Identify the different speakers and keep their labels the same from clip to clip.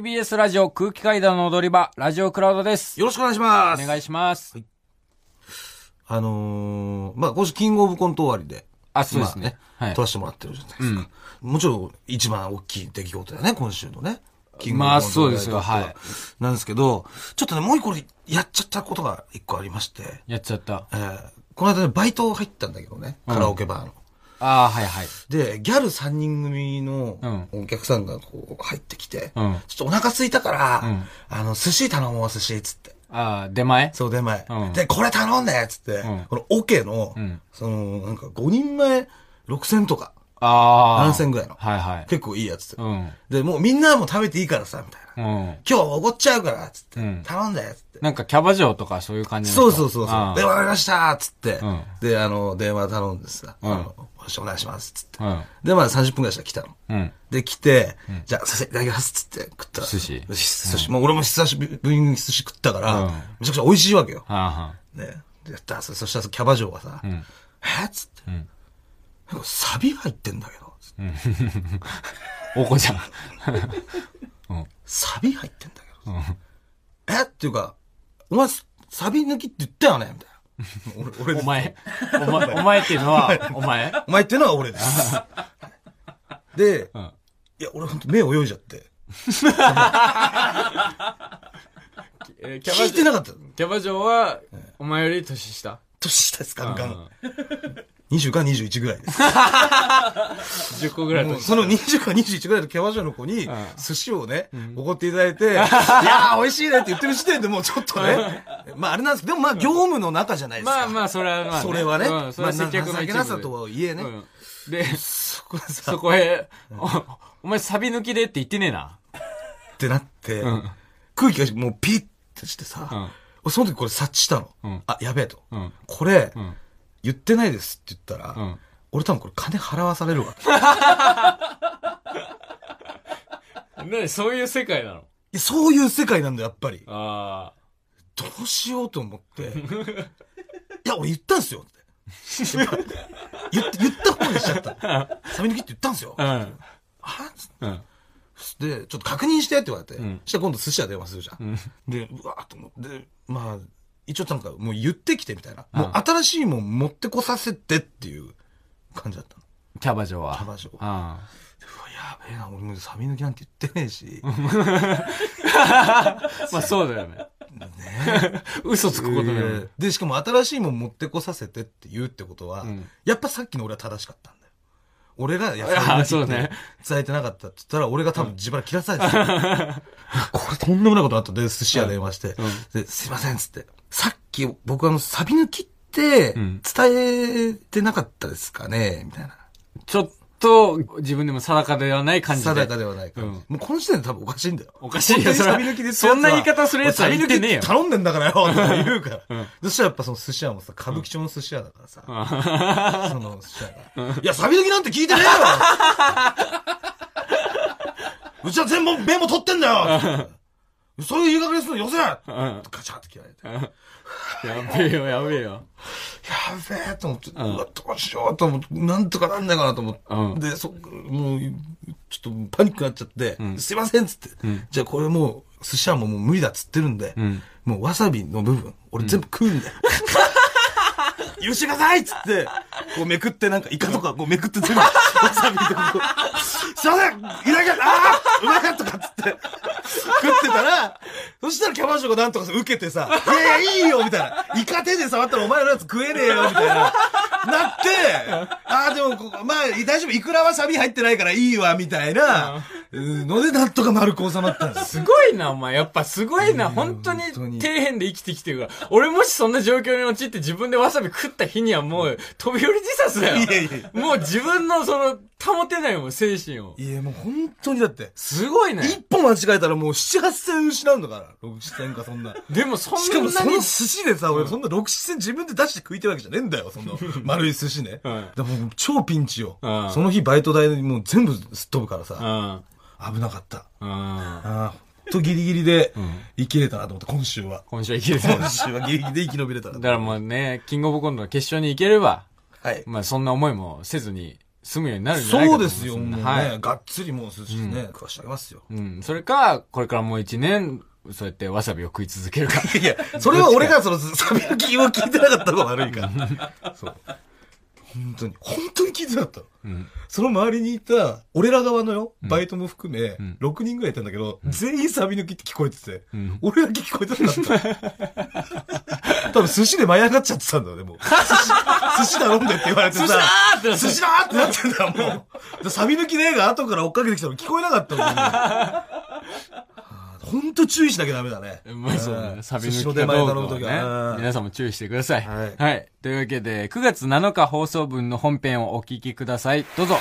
Speaker 1: TBS ラジオ空気階段の踊り場、ラジオクラウドです。
Speaker 2: よろしくお願いしま
Speaker 1: お
Speaker 2: す。
Speaker 1: 願いします。
Speaker 2: あのー、まあ、今週キングオブコント終わりで。
Speaker 1: あそうですね
Speaker 2: 今
Speaker 1: はい
Speaker 2: 撮らせてもらってるじゃないですか。もちろん、一番大きい出来事だよね、今週のね。キングオブコント
Speaker 1: まあそうですよ
Speaker 2: にとって
Speaker 1: はい
Speaker 2: なんですけど、ちょっとね、もう一個やっちゃったことが一個ありまして、
Speaker 1: やっちゃった。
Speaker 2: えーこの間ね、バイト入ったんだけどね、カラオケバーの。
Speaker 1: ああ、はいはい。
Speaker 2: で、ギャル3人組のお客さんがこう入ってきて、
Speaker 1: うん
Speaker 2: ちょっとお腹空いたから、
Speaker 1: ん
Speaker 2: あの、寿司頼もう、寿司、つって。
Speaker 1: ああ、出前
Speaker 2: そう、出前。
Speaker 1: うん
Speaker 2: で、これ頼んだよつって、
Speaker 1: ん
Speaker 2: このオケの、
Speaker 1: ん
Speaker 2: その、なんか5人前6000とか、
Speaker 1: ああ。
Speaker 2: 7000ぐらいの
Speaker 1: はいはい。
Speaker 2: 結構いいやつって、
Speaker 1: うん。
Speaker 2: で、もうみんなも食べていいからさ、みたいな。
Speaker 1: うん。
Speaker 2: 今日おごっちゃうから、つって、
Speaker 1: うん
Speaker 2: 頼んだよつって。
Speaker 1: なんかキャバ嬢とかそういう感じの人
Speaker 2: そうそうそうそう
Speaker 1: あ。
Speaker 2: で、わかりましたつって、
Speaker 1: ん
Speaker 2: で、あの、電話頼んでさ、
Speaker 1: ん
Speaker 2: あの、よしお願いしますつって。
Speaker 1: あ
Speaker 2: で、まあ30分ぐらいしたら来たの。
Speaker 1: うん。うん。
Speaker 2: で、来て、じゃあ、させていただきますっつって食ったら。
Speaker 1: 寿司
Speaker 2: 寿司。寿司もう俺も久しぶりに寿司食ったから、
Speaker 1: うん
Speaker 2: めちゃくちゃ美味しいわけよ。
Speaker 1: はあは
Speaker 2: ね、やったそそしたらそのキャバ嬢がさ、
Speaker 1: ん
Speaker 2: えっつって、
Speaker 1: ん
Speaker 2: なんかサビ入ってんだけど、つって
Speaker 1: あ。おこ ちゃん。
Speaker 2: サビ入ってんだけど、えっていうか、お前、サビ抜きって言ったよねみた いな。俺、俺
Speaker 1: お。前。お前、お前っていうの は、お前。
Speaker 2: お前っていうのは 俺です。で、
Speaker 1: ん
Speaker 2: いや、俺ほんと目泳いじゃって。
Speaker 1: えーキャ
Speaker 2: 聞
Speaker 1: バ
Speaker 2: いて
Speaker 1: 嬢
Speaker 2: なかった。
Speaker 1: キャバ嬢は、お前より年下。
Speaker 2: 年下です、ガンガ
Speaker 1: う
Speaker 2: ン
Speaker 1: ん。。
Speaker 2: 20か21ぐらいです。
Speaker 1: 10個ぐらい
Speaker 2: もう
Speaker 1: 年下。
Speaker 2: その20か21ぐらいのキャバ嬢の子に
Speaker 1: ん、
Speaker 2: 寿司をね、おごっていただいて、 いやー、美味しいねって言ってる時点でもうちょっとね、まああれなんですけど、でもまあ業務の中じゃないですか。
Speaker 1: まあまあ、それはまあ、
Speaker 2: それはね、
Speaker 1: うんそれは接客
Speaker 2: ま
Speaker 1: の
Speaker 2: あ
Speaker 1: 一
Speaker 2: 情け
Speaker 1: 部
Speaker 2: なさとはいえね、
Speaker 1: うんで、
Speaker 2: そ こでさ、
Speaker 1: そこへ、おお前サビ抜きでって言ってねえな。
Speaker 2: ってなって、
Speaker 1: ん
Speaker 2: 空気がもうピッてしてさ、
Speaker 1: うん
Speaker 2: 俺その時これ察知したの。
Speaker 1: うん
Speaker 2: あ、やべえと。
Speaker 1: うん
Speaker 2: これ、
Speaker 1: ん
Speaker 2: 言ってないですって言ったら、
Speaker 1: うん
Speaker 2: 俺多分これ金払わされるわ け。い
Speaker 1: 何そういう世界なの
Speaker 2: やそういう世界なんだよ、やっぱり。
Speaker 1: あ
Speaker 2: どうしようと思って、い や、俺言ったんすよって。 言って言った方にしちゃった。サビ抜きって言ったんすよ。あ
Speaker 1: あ。
Speaker 2: っつっ
Speaker 1: うん。うん。
Speaker 2: てで、ちょっと確認してって言われて、
Speaker 1: ん
Speaker 2: そしたら今度寿司屋電話するじゃん。で、うわーと思って、でまあ、一応なんかもう言ってきてみたいな。もう新しいもん持ってこさせてっていう感じだったの。
Speaker 1: キャバ嬢は。
Speaker 2: キャバ嬢
Speaker 1: あ
Speaker 2: うわ、やべえな、俺もうサビ抜きなんて言ってねえし。
Speaker 1: あ。まあそうだよね。 嘘つくことだよね。
Speaker 2: で、しかも新しいもん持ってこさせてって言うってことは、
Speaker 1: ん
Speaker 2: やっぱさっきの俺は正しかったんだよ。俺が、いや
Speaker 1: いや
Speaker 2: サビ抜きって
Speaker 1: そうね
Speaker 2: 伝えてなかったって言ったら、俺が多分自腹切らされてた。 これとんでもないことあった。で、寿司屋電話して、で、すいませんっつって。さっき僕あの、サビ抜きって
Speaker 1: ん
Speaker 2: 伝えてなかったですかねみたいな。
Speaker 1: ちょっと、自分でも定かではない感じで。
Speaker 2: 定かではないから、
Speaker 1: うん
Speaker 2: もうこの時点で多分おかしいんだよ。
Speaker 1: おかしいよ
Speaker 2: 本当に
Speaker 1: それは
Speaker 2: サビ抜きでってやつは
Speaker 1: そんな言い方するやつは言ってねえよ
Speaker 2: サビ抜きって頼んでんだからよって言うから。
Speaker 1: ん
Speaker 2: そしたらやっぱその寿司屋もさ、歌舞伎町の寿司屋だからさ、
Speaker 1: あ
Speaker 2: その寿司屋が。いや、サビ抜きなんて聞いてね えようちは全部、弁も取ってんだよそういう言いがかりするのよせ
Speaker 1: あ。うん。
Speaker 2: ガチャって切られて。
Speaker 1: やべえよ、やべえよ。
Speaker 2: やべえと思って、うわ、どうしようと思って、なんとかなんないかなと思って、
Speaker 1: うん
Speaker 2: で、そ、もう、ちょっとパニックになっちゃって、すいませんっつって、じゃあこれもう、寿司屋ももう無理だっつってるんで、
Speaker 1: ん
Speaker 2: もうわさびの部分、俺全部食うんだよ。許してくださいっつって、こうめくってなんかイカとかこうめくって全部、わさびとかこう、すいませんいなきゃ、ああうまかったとかっつって、食ってたら、そしたらキャバ嬢がなんとかさ受けてさ、いやいやいいよみたいな、イカ手で触ったらお前のやつ食えねえよみたいな、なって、ああでもここ、まあ大丈夫、イクラはサビ入ってないからいいわみたいな、うんのでなんとか丸く収まったんです。
Speaker 1: すごいな、お前。やっぱすごいな。本当に
Speaker 2: 本当に
Speaker 1: 底辺で生きてきてるから。俺もしそんな状況に陥って自分でわさび食った日にはもう飛び降り自殺だよ。
Speaker 2: いやいやいや
Speaker 1: もう自分のその、保てないもん、精神を。
Speaker 2: いやもう本当にだって、
Speaker 1: すごいね。
Speaker 2: 一歩間違えたらもう7、8千失うんだから、6、7千かそんな。
Speaker 1: でもそんなに。
Speaker 2: しかもその寿司でさ、俺そんな6、7千自分で出して食いてるわけじゃねえんだよ、その丸い寿司ね。だ
Speaker 1: はい
Speaker 2: からもう超ピンチよ
Speaker 1: うん。
Speaker 2: その日バイト代にもう全部すっ飛ぶからさ、
Speaker 1: うん。
Speaker 2: 危なかった。
Speaker 1: うん。
Speaker 2: あーほんとギリギリで生きれたなと思って、今週は。
Speaker 1: 今週は生きる
Speaker 2: 今週はギリギリで生き延びれ た
Speaker 1: だ
Speaker 2: な
Speaker 1: からもうね、キングオブコントの決勝に行ければ、
Speaker 2: はい。
Speaker 1: まあそんな思いもせずに済むようになるんじゃないかと
Speaker 2: そ
Speaker 1: 思
Speaker 2: う
Speaker 1: い
Speaker 2: で
Speaker 1: ます
Speaker 2: すよ、もうね、
Speaker 1: はい。
Speaker 2: がっつりもう寿司ね、食わしてあげますよ。
Speaker 1: うん。それか、これからもう一年、そうやってわさびを食い続けるか。
Speaker 2: いや、 それは俺がその、サビの気を聞いてなかったのが悪いから。そう。本当に、本当に聞いてなかったの。
Speaker 1: うん。
Speaker 2: その周りにいた、俺ら側のよ、バイトも含め、
Speaker 1: ん
Speaker 2: 6人ぐらいいたんだけど、全員サビ抜きって聞こえてて、
Speaker 1: ん
Speaker 2: 俺だけ聞こえてなかった。多分寿司で舞い上がっちゃってたんだよね、もう。寿司、寿司頼んでって言われてさ、
Speaker 1: 寿司だーってなって
Speaker 2: 寿司だーってなってたも う。でサビ抜きねが後から追っかけてきたの聞こえなかったもんね。ほんと注意しなきゃダメだね。
Speaker 1: まあそうね。サビ
Speaker 2: 寿司
Speaker 1: 抜き
Speaker 2: の出
Speaker 1: か
Speaker 2: 前
Speaker 1: どう
Speaker 2: 頼
Speaker 1: か
Speaker 2: むとき
Speaker 1: は
Speaker 2: は。
Speaker 1: ね。皆さんも注意してください。
Speaker 2: はい
Speaker 1: はい。というわけで、9月7日放送分の本編をお聞きください。どうぞ。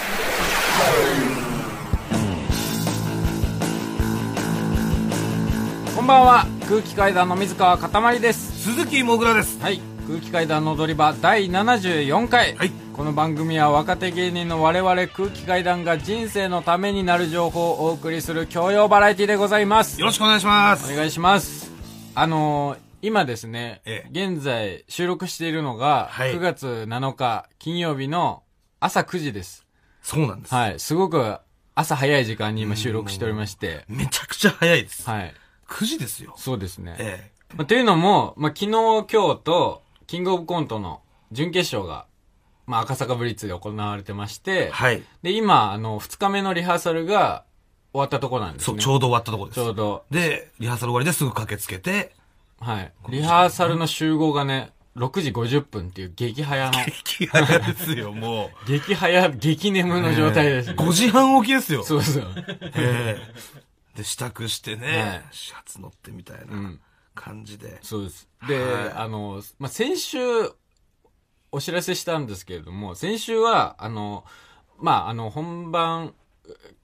Speaker 1: こんばんは。空気階段の水川かたまりです。
Speaker 2: 鈴木もぐらです。
Speaker 1: はい空気階段の踊り場第74回、
Speaker 2: はい
Speaker 1: この番組は若手芸人の我々空気階段が人生のためになる情報をお送りする教養バラエティでございます
Speaker 2: よろしくお願いします。
Speaker 1: お願いしますあのー今ですね、
Speaker 2: え
Speaker 1: 現在収録しているのが
Speaker 2: はい
Speaker 1: 9月7日金曜日の朝9時です、
Speaker 2: そうなんです。
Speaker 1: はいすごく朝早い時間に今収録しておりまして
Speaker 2: めちゃくちゃ早いです。
Speaker 1: はい
Speaker 2: 9時ですよ。
Speaker 1: そうですね
Speaker 2: ええ。
Speaker 1: まあ、っていうのも、まあ、昨日、今日と、キングオブコントの準決勝が、まあ、赤坂ブリッツで行われてまして、
Speaker 2: はい。
Speaker 1: で、今、あの、2日目のリハーサルが終わったとこなんです
Speaker 2: そう、
Speaker 1: ね。
Speaker 2: ちょうど終わったところで
Speaker 1: ちょ
Speaker 2: す。
Speaker 1: うど、
Speaker 2: で、リハーサル終わりですぐ駆けつけ て、
Speaker 1: はい。リハーサルの集合がね、6時50分っていう激 早の、
Speaker 2: 激早ですよ、も
Speaker 1: 激早、激眠
Speaker 2: う。
Speaker 1: の状態です、ね。
Speaker 2: 5時半起きですよ。
Speaker 1: そうそう。
Speaker 2: ええ。で、支度して
Speaker 1: は
Speaker 2: ね
Speaker 1: い、
Speaker 2: シャツ乗ってみたいなん感じで。
Speaker 1: そうです。で、
Speaker 2: はい
Speaker 1: あの、まあ、先週、お知らせしたんですけれども、先週は、あの、まあ、あの、本番、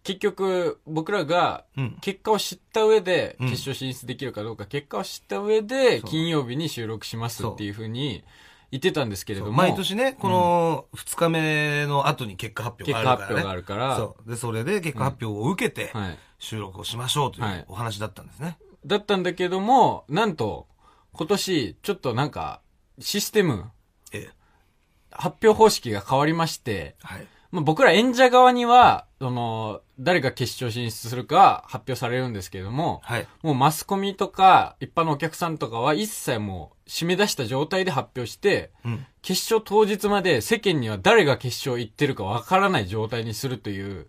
Speaker 1: 結局、僕らが
Speaker 2: うん、
Speaker 1: 結果を知った上で、
Speaker 2: うん
Speaker 1: 決勝進出できるかどうか、結果を知った上で、
Speaker 2: そう
Speaker 1: 金曜日に収録しますっていうふうに言ってたんですけれども、
Speaker 2: 毎年ね、この2日目の後に結果発表
Speaker 1: 結
Speaker 2: が
Speaker 1: 果
Speaker 2: あ
Speaker 1: 発
Speaker 2: るから
Speaker 1: 表
Speaker 2: ね。
Speaker 1: があるから、
Speaker 2: そう。で、それで結果発表を受けて、
Speaker 1: はい。
Speaker 2: 収録をしましょうとい
Speaker 1: は
Speaker 2: う
Speaker 1: い
Speaker 2: お話だったんですね。
Speaker 1: だったんだけども、なんと、今年、ちょっとなんか、システム、
Speaker 2: ええ。
Speaker 1: 発表方式が変わりまして、
Speaker 2: はい。
Speaker 1: まあ、僕ら演者側には、その、誰が決勝進出するか発表されるんですけれども、
Speaker 2: はい。
Speaker 1: もうマスコミとか一般のお客さんとかは一切もう締め出した状態で発表して、
Speaker 2: うん。
Speaker 1: 決勝当日まで世間には誰が決勝行ってるかわからない状態にするという、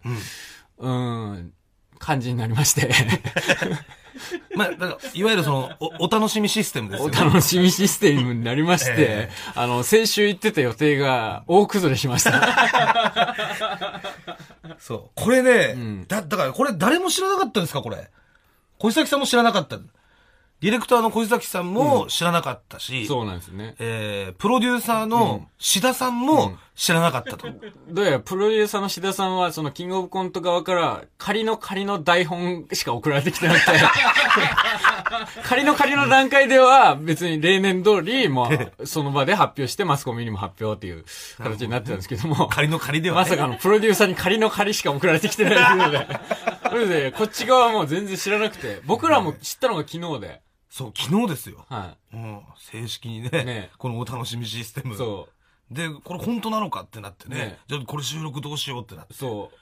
Speaker 2: うん。
Speaker 1: うーん、感じになりまして、
Speaker 2: まあ、だから、いわゆるその、お、お楽しみシステムですよ
Speaker 1: お
Speaker 2: ね。
Speaker 1: 楽しみシステムになりまして、
Speaker 2: え
Speaker 1: あの、先週行ってた予定が 大崩れしました。
Speaker 2: そう。これね、
Speaker 1: うん
Speaker 2: だ、だからこれ誰も知らなかったんですか、これ。小石崎さんも知らなかった。ディレクターの小石崎さんも知らなかったし、
Speaker 1: そうなんですね。
Speaker 2: えー、プロデューサーの志田さんも知らなかった と。
Speaker 1: どうやらプロデューサーの志田さんは、そのキングオブコント側から、仮の仮の台本しか送られてきて なくて、仮の仮の段階では、別に例年通り、もう、その場で発表して、マスコミにも発表っていう形になってたんですけども、
Speaker 2: 仮の仮では、ね。
Speaker 1: まさかのプロデューサーに仮の仮しか送られてきてないというの で、それで、こっち側はもう全然知らなくて、僕らも知ったのが昨日で、
Speaker 2: そう、昨日ですよ。
Speaker 1: は
Speaker 2: うん、正式にね
Speaker 1: ね
Speaker 2: このお楽しみシステム。
Speaker 1: い。そ
Speaker 2: で、これ本当なのかってなってね。
Speaker 1: ね
Speaker 2: じゃあこれ収録どうしようってなって
Speaker 1: う、。そう。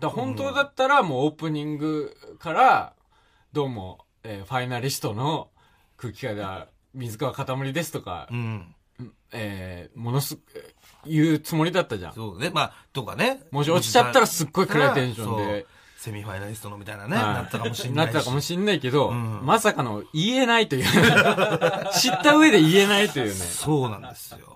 Speaker 1: だから本当だったらもうオープニングから、どうも、えーファイナリストの空気階段、水川かたまりですとか
Speaker 2: う、ん。
Speaker 1: えーものす、言うつもりだったじゃん。
Speaker 2: そうね。まあ、とかね。
Speaker 1: もし落ちちゃったらすっごい暗いテンションで
Speaker 2: そう。セミファイナリストのみたいなね、
Speaker 1: はい
Speaker 2: なったかもしれな
Speaker 1: な
Speaker 2: いし。
Speaker 1: ってたかもしんないけど、
Speaker 2: うん
Speaker 1: まさかの言えない という。知った上で言えないというね。
Speaker 2: そうなんですよ。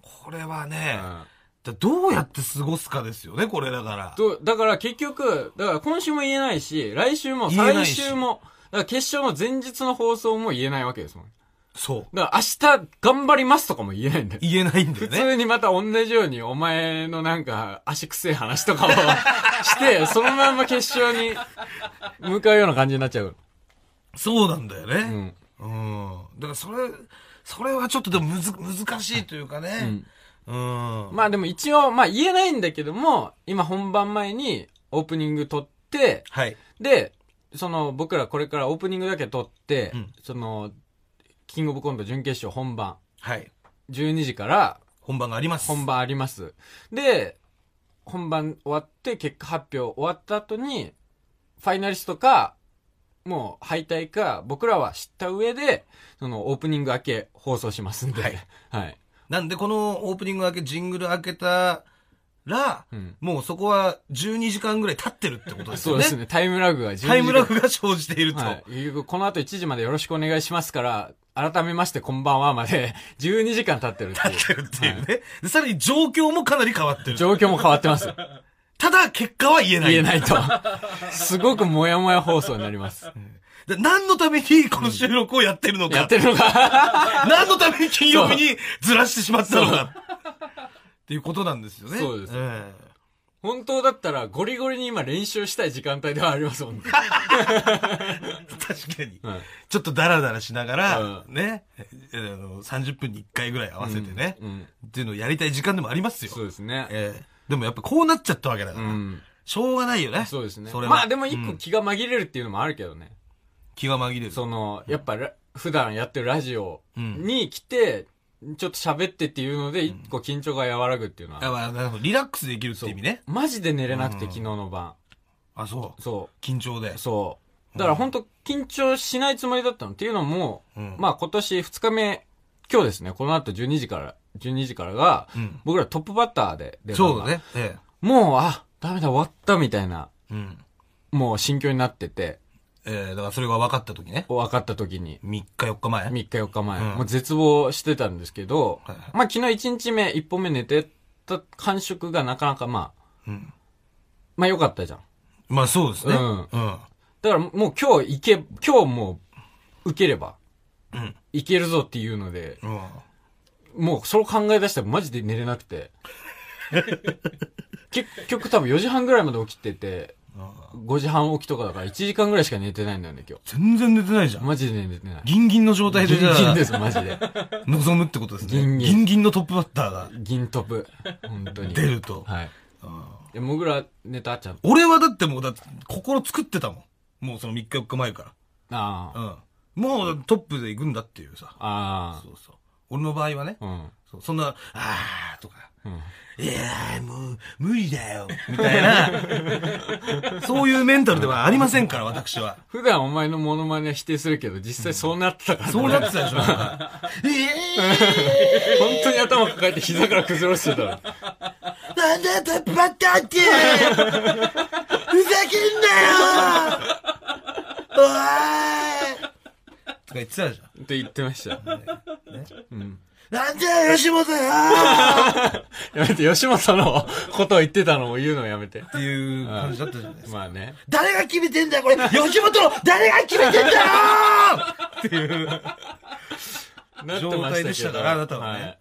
Speaker 2: これはね、
Speaker 1: うん
Speaker 2: だどうやって過ごすかですよね、これだから。
Speaker 1: とだから結局、だから今週も言えないし、来週も、
Speaker 2: 言えな
Speaker 1: 再
Speaker 2: いし
Speaker 1: 週も、だから決勝の前日の放送も言えないわけですもん。
Speaker 2: そう。
Speaker 1: だから明日頑張りますとかも言えないんだよ。
Speaker 2: 言えないんだ
Speaker 1: 普
Speaker 2: よね。
Speaker 1: 通にまた同じようにお前のなんか足くせえ話とかを して、そのまんま決勝に向かうような感じになっちゃう。
Speaker 2: そうなんだ
Speaker 1: う
Speaker 2: よね。
Speaker 1: ん。
Speaker 2: うん。だからそれ、それはちょっとでもむず、難しいというかね。うん。
Speaker 1: まあでも一応、まあ言えないんだけども、今本番前にオープニング撮って、
Speaker 2: はい。
Speaker 1: で、その僕らこれからオープニングだけ撮って、
Speaker 2: うん
Speaker 1: その、キングオブコント準決勝本番、
Speaker 2: はい。
Speaker 1: 12時から
Speaker 2: 本番があります。
Speaker 1: 本番あります。で、本番終わって、結果発表終わった後に、ファイナリストか、もう敗退か、僕らは知った上で、そのオープニング明け放送しますんで。
Speaker 2: は
Speaker 1: はいい。
Speaker 2: なんでこのオープニング開け、ジングル開けたら、
Speaker 1: うん
Speaker 2: もうそこは12時間ぐらい経ってるってことです
Speaker 1: そ
Speaker 2: よ
Speaker 1: う
Speaker 2: ね。
Speaker 1: ですね。タイムラグが12時間
Speaker 2: タイムラグが生じていると。
Speaker 1: はいいう。この後1時までよろしくお願いしますから、改めましてこんばんはまで、12時間経ってるって
Speaker 2: 経
Speaker 1: い
Speaker 2: ってるっていうね
Speaker 1: は。
Speaker 2: でさらに状況もかなり変わってる
Speaker 1: う。。状況も変わってます。
Speaker 2: ただ、結果は言えない。
Speaker 1: 言えないと。すごくもやもや放送になります。
Speaker 2: で何のためにこの収録をやってるの
Speaker 1: や
Speaker 2: か
Speaker 1: っ。てるのが。
Speaker 2: 何のために金曜日にずらしてしまったのか。っていうことなんですよね。
Speaker 1: そうです
Speaker 2: ええ
Speaker 1: 本当だったらゴリゴリに今練習したい時間帯ではありますもん ね。
Speaker 2: 確かに。
Speaker 1: はい
Speaker 2: ちょっとダラダラしながら、
Speaker 1: う
Speaker 2: ね、えーあの30分に1回ぐらい合わせてね、
Speaker 1: うん。
Speaker 2: っていうのをやりたい時間でもありますよ。
Speaker 1: そうですね。
Speaker 2: ええでもやっぱこうなっちゃったわけだか
Speaker 1: う
Speaker 2: ら、
Speaker 1: ん。
Speaker 2: しょうがないよね。
Speaker 1: そうですね。
Speaker 2: それは
Speaker 1: まあでも一個気が紛れるっていうのもあるけどね。
Speaker 2: 気が紛れる。
Speaker 1: その、やっぱラ普段やってるラジオ
Speaker 2: うん。
Speaker 1: に来て、ちょっと喋ってっていうので、一個緊張が和らぐっていうのは。
Speaker 2: あまあなるほどリラックスできるって意味ね。
Speaker 1: マジで寝れなくて、
Speaker 2: うん
Speaker 1: 昨日の晩。
Speaker 2: あ、そう。
Speaker 1: そ
Speaker 2: 緊張で
Speaker 1: う。。そう。だから本当緊張しないつもりだったの。っていうのも、
Speaker 2: うん
Speaker 1: まあ今年2日目、今日ですね、この後12時から、12時からが、
Speaker 2: うん。
Speaker 1: 僕らトップバッターで出番が
Speaker 2: そう。ね。え
Speaker 1: もう、あ、ダメだ、終わったみたいな、
Speaker 2: え。うん。
Speaker 1: もう心境になってて、
Speaker 2: ええだからそれが分かった時ね。
Speaker 1: 分かった時に、
Speaker 2: 3日4日前。
Speaker 1: 3日4日前、
Speaker 2: うん
Speaker 1: もう絶望してたんですけど、
Speaker 2: はいはい
Speaker 1: まあ昨日1日目、1本目寝てた感触がなかなかまあ、
Speaker 2: うん。
Speaker 1: まあ良かったじゃん。
Speaker 2: まあそうですね。
Speaker 1: うん
Speaker 2: うん。
Speaker 1: だからもう今日行け、今日もう受ければ、
Speaker 2: うん
Speaker 1: いけるぞっていうので、
Speaker 2: うん。
Speaker 1: もうそれを考え出したらマジで寝れなく て。結局多分4時半ぐらいまで起きてて、5時半起きとかだから1時間ぐらいしか寝てないんだよね、今
Speaker 2: 全然寝てないじゃ
Speaker 1: 日。
Speaker 2: ん。
Speaker 1: マジで寝てない。
Speaker 2: ギンギンの状態で
Speaker 1: 銀
Speaker 2: じゃあ
Speaker 1: 銀です、マジで。
Speaker 2: 望むってことですね。
Speaker 1: ギンギン
Speaker 2: ギンギンのトップバッターが
Speaker 1: 銀トップ。本当に。
Speaker 2: 出ると。
Speaker 1: はい。
Speaker 2: うん
Speaker 1: で、もぐらネタあっちゃん。
Speaker 2: 俺はだってもう、だって心作ってたもん。もうその3日4日前か
Speaker 1: ああ。
Speaker 2: ら。うん。もうトップで行くんだっていうさ。
Speaker 1: あ
Speaker 2: そうそう。俺の場合はね、
Speaker 1: あ。うん。
Speaker 2: そうそんな、あーとか、
Speaker 1: うん。
Speaker 2: いやーもう無理だよ、みたいな、 そういうメンタルではありませんから、私は。
Speaker 1: 普段お前のモノマネは否定するけど、実際そうなってたから、ね
Speaker 2: そうなってたで しょ、なんかえ
Speaker 1: 本当に頭抱えて膝から崩れ落ちてたの。
Speaker 2: ー、なんだトップバッターってふざけんなよ おーいとか言ってたじゃん。
Speaker 1: って言ってました。うん。
Speaker 2: なんでよ、吉本よー
Speaker 1: やめて、吉本のことを言ってたのを言うのやめて
Speaker 2: っ。ていう感じだったじゃないですか。
Speaker 1: まあね。
Speaker 2: 誰が決めてんだよ、これ吉本の誰が決めてんだよ
Speaker 1: なって
Speaker 2: 状
Speaker 1: ま
Speaker 2: 態でし
Speaker 1: けど
Speaker 2: たから、あなたはね。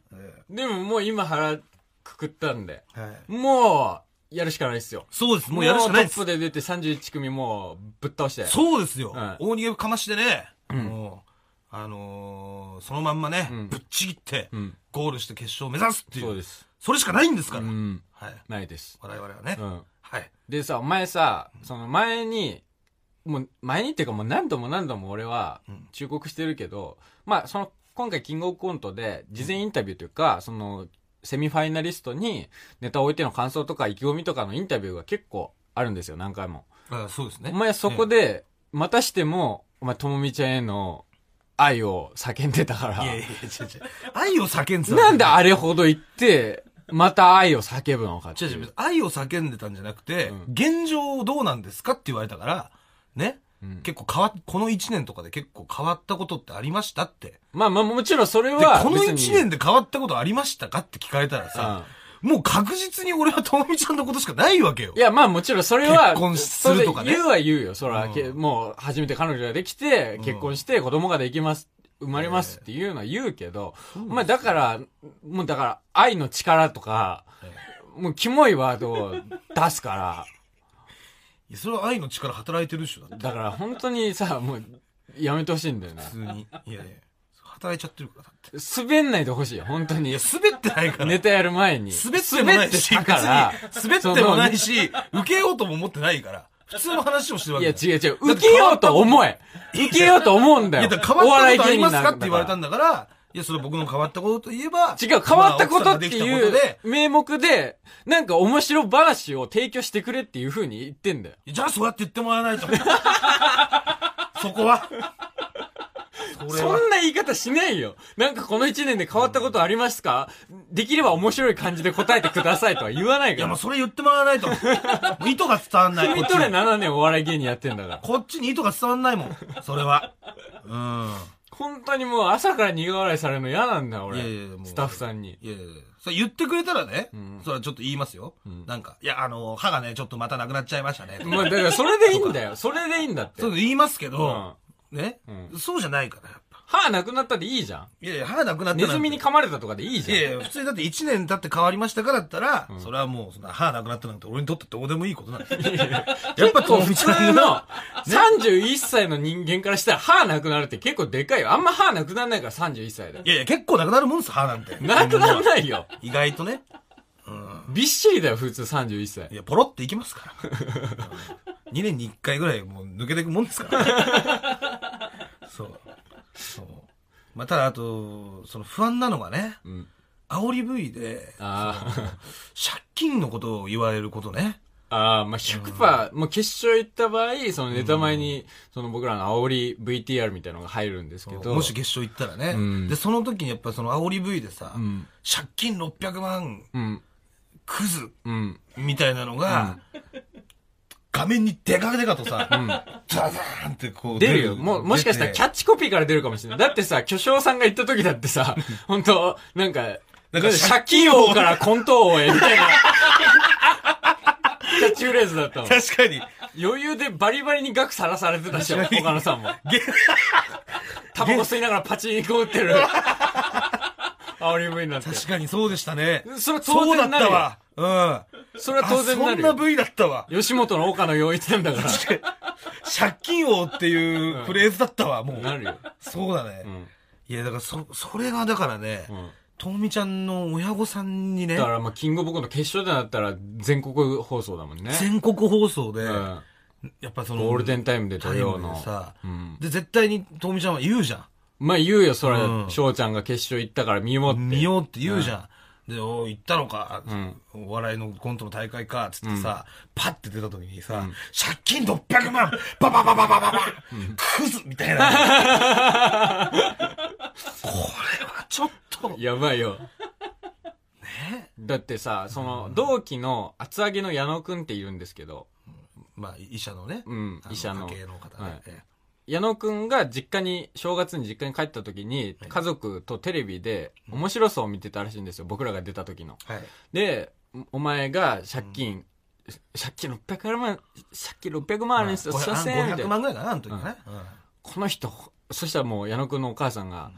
Speaker 1: いでももう今腹くくったんで、
Speaker 2: はい
Speaker 1: もう、やるしかないですよ。
Speaker 2: そうです、もうやるしかないで
Speaker 1: も
Speaker 2: す
Speaker 1: う。トップで出て31組もうぶっ倒して。
Speaker 2: そうですよ
Speaker 1: は。い
Speaker 2: 大逃げかましてね、もう、あのー、そのまんまね、ぶっちぎって
Speaker 1: ん、
Speaker 2: ゴールして決勝を目指すって
Speaker 1: そう
Speaker 2: い
Speaker 1: で
Speaker 2: う。
Speaker 1: す。
Speaker 2: それしかないんですから
Speaker 1: う。ん。
Speaker 2: はい。
Speaker 1: ないです。
Speaker 2: 我々はね
Speaker 1: う。ん。
Speaker 2: はい。
Speaker 1: でさ、お前さ、その前に、もう前にっていうかもう何度も何度も俺は
Speaker 2: うん
Speaker 1: 忠告してるけど、まあその今回キングオブコントで事前インタビューというか、そのセミファイナリストにネタを置いての感想とか意気込みとかのインタビューが結構あるんですよ、何回も。
Speaker 2: あそうですね。
Speaker 1: お前そこで、またしても、お前ともみちゃんへの愛を叫んでたか
Speaker 2: ええ。いや
Speaker 1: ら、
Speaker 2: いや、違う違う。愛を叫んでた
Speaker 1: なんであれほど言って、また愛を叫ぶのかって
Speaker 2: 違う
Speaker 1: い
Speaker 2: 違う別
Speaker 1: う
Speaker 2: に。愛を叫んでたんじゃなくて、
Speaker 1: うん
Speaker 2: 現状どうなんですかって言われたから、ね、
Speaker 1: うん
Speaker 2: 結構変わっ、この1年とかで結構変わったことってありましたって。
Speaker 1: まあまあもちろんそれ
Speaker 2: で、
Speaker 1: は
Speaker 2: この1
Speaker 1: 別に
Speaker 2: 年で変わったことありましたかって聞かれたらさ、もう確実に俺はともみちゃんのことしかないわけよ
Speaker 1: い。や、まあもちろんそれは。
Speaker 2: 結婚するとか
Speaker 1: それ
Speaker 2: ね
Speaker 1: 言うは言うよ。そら、
Speaker 2: うん
Speaker 1: けもう初めて彼女ができて、結婚して子供ができます。生まれますっていうのは言うけど、まあだから、もうだから愛の力とか、もうキモいワードを出すから、
Speaker 2: いやそれは愛の力働いてるでしょ、だって。
Speaker 1: だから本当にさ、もうやめてほしいんだよね
Speaker 2: 普。通に。いやいや、働いちゃってるから、だって。
Speaker 1: 滑んないでほしいよ、本当
Speaker 2: い
Speaker 1: に
Speaker 2: や、。滑ってないから。
Speaker 1: ネタやる前に。
Speaker 2: 滑ってもないし、
Speaker 1: 滑ってたから。
Speaker 2: 別に滑ってもな いし、受けようとも思ってないから。普通の話をしてるわ
Speaker 1: い
Speaker 2: け
Speaker 1: や
Speaker 2: だ
Speaker 1: 違
Speaker 2: よ
Speaker 1: う違う、受けようと思え受けようと思うんだ
Speaker 2: い
Speaker 1: よ
Speaker 2: や、だから変わったことありますかって言われた
Speaker 1: だ
Speaker 2: んだから、いや、それ僕の変わったことといえば、
Speaker 1: 違う、変わったことって
Speaker 2: まあ
Speaker 1: い
Speaker 2: 奥さんができたこと
Speaker 1: う
Speaker 2: で
Speaker 1: 名目で、なんか面白話を提供してくれっていう風に言ってんだよ。
Speaker 2: じゃあそうやって言ってもらわないと。 そこは。それ
Speaker 1: そ
Speaker 2: は。
Speaker 1: んな言い方しないよ。なんかこの一年で変わったことありますかできれば面白い感じで答えてくださいとは言わない
Speaker 2: い
Speaker 1: か
Speaker 2: や、もう
Speaker 1: ら。
Speaker 2: それ言ってもらわないと。もう意図が伝わんない。
Speaker 1: 君
Speaker 2: ことっち
Speaker 1: れ
Speaker 2: に
Speaker 1: 7年お笑い芸人やってんだから。
Speaker 2: こっちに意図が伝わんないもん。それは。う
Speaker 1: 本当にもう朝から苦笑いされるの嫌なんだよ、
Speaker 2: ん。
Speaker 1: 俺
Speaker 2: いや。いや、もう。
Speaker 1: スタッフさんに。
Speaker 2: いやいやいやそれ言ってくれたらね、
Speaker 1: ん
Speaker 2: それはちょっと言いますよ。
Speaker 1: ん
Speaker 2: なんか、いや、あの、歯がね、ちょっとまたなくなっちゃいましたね。
Speaker 1: まあだからそれでいいんだよ。それでいいんだって。
Speaker 2: そうい
Speaker 1: 歯
Speaker 2: うの言いますけど、ね、
Speaker 1: う
Speaker 2: そうじゃないから、やっぱ。
Speaker 1: なくなったでいいじゃん。
Speaker 2: いやいや、歯なくなって
Speaker 1: ネズミに
Speaker 2: か
Speaker 1: 噛まれたとかでいいじ
Speaker 2: いやい
Speaker 1: ゃん。
Speaker 2: や、普通にだって1年経って変わりましたからだったら、それはもう、そんな歯なくなったなんて俺にとってどうでもいいことなんですよ。やっぱ
Speaker 1: こう普通の
Speaker 2: は、
Speaker 1: 31歳の人間からしたら歯なくなるって結構でかいよ。あんま歯なくならないから31歳で
Speaker 2: い。やいや、結構なくなるもんです、歯なんて。
Speaker 1: なくならないよ。
Speaker 2: 意外とね。
Speaker 1: びっしりだよ、普通31歳
Speaker 2: い。や、ポロっていきますから。2年に1回ぐらいもう抜けていくもんですから。そう。そう。まあ、ただ、あと、その不安なのがね、
Speaker 1: うん。
Speaker 2: 煽り V で、
Speaker 1: あ
Speaker 2: 借金のことを言われることね。
Speaker 1: あ、ああ、まあ、100%、もう決勝行った場合、そのネタ前に、その僕らの煽り VTR みたいなのが入るんですけど。
Speaker 2: もし決勝行ったらね。
Speaker 1: うん
Speaker 2: で、その時にやっぱその煽り V でさ、
Speaker 1: うん。
Speaker 2: 借金600万、
Speaker 1: うん。
Speaker 2: クズ、
Speaker 1: うん。
Speaker 2: みたいなのが、画面にデカデカとさ、ザザーンってこう
Speaker 1: 出るよ。もう、もしかしたら
Speaker 2: 出て
Speaker 1: キャッチコピーから出るかもしれない。だってさ、巨匠さんが言った時だってさ、本当なんか、
Speaker 2: なんか
Speaker 1: 借金王からコント王へ、みたいな。キャッチフレーズだったもん。
Speaker 2: 確かに。
Speaker 1: 余裕でバリバリに額さらされてたし、岡野さんも。タバコ吸いながらパチンコ打って る。煽り V になって。
Speaker 2: 確かにそうでしたね。
Speaker 1: それは
Speaker 2: そ
Speaker 1: 当
Speaker 2: うだっ
Speaker 1: 然なる
Speaker 2: た
Speaker 1: よ。
Speaker 2: わ。うん。
Speaker 1: それは当然な
Speaker 2: あそん
Speaker 1: る
Speaker 2: な
Speaker 1: よ。
Speaker 2: 部位だったわ。
Speaker 1: 吉本の岡野陽一なんだから。
Speaker 2: 借金王っていうフレーズだったわ、もう。
Speaker 1: なるよ。
Speaker 2: そうだね。
Speaker 1: うん。
Speaker 2: いや、だから、そ、それが、だからね
Speaker 1: う、ん。
Speaker 2: ともみちゃんの親御さんにね
Speaker 1: だ、から、まあ、キングオブコント決勝でなったら、全国放送だもんね。
Speaker 2: 全国放送で、
Speaker 1: うん。
Speaker 2: やっぱその、
Speaker 1: ゴールデンタイムで
Speaker 2: タ
Speaker 1: 土
Speaker 2: イ
Speaker 1: 曜
Speaker 2: ム
Speaker 1: の
Speaker 2: で。さ、
Speaker 1: うん。
Speaker 2: で、絶対にともみちゃんは言うじゃん。
Speaker 1: まあ、言うよ、それ
Speaker 2: う
Speaker 1: は。
Speaker 2: ん
Speaker 1: 翔ちゃんが決勝行ったから見ようって。
Speaker 2: 見ようって言うじゃん。で、おー行ったのか、
Speaker 1: ん
Speaker 2: お笑いのコントの大会か、つってさ、パッて出た時にさ、借金600万バババババババ、クズみた いな。これはちょっと、
Speaker 1: やばいよ。だってさ、その、同期の厚揚げの矢野くんっているんですけど、
Speaker 2: まあ、医者のね、
Speaker 1: うん
Speaker 2: あ、
Speaker 1: 医者の
Speaker 2: 家。系の方ね。
Speaker 1: はい矢野くんが実家に、正月に実家に帰った時に、家族とテレビで面白そうを見てたらしいんですよ、僕らが出た時の。
Speaker 2: はい。
Speaker 1: で、お前が借金、借金600万、借金600万あるんですよ、すいません、みたい
Speaker 2: 500
Speaker 1: な。
Speaker 2: 万ぐらいかな、あの時ね。うん
Speaker 1: この人、そしたらもう矢野くんのお母さんが、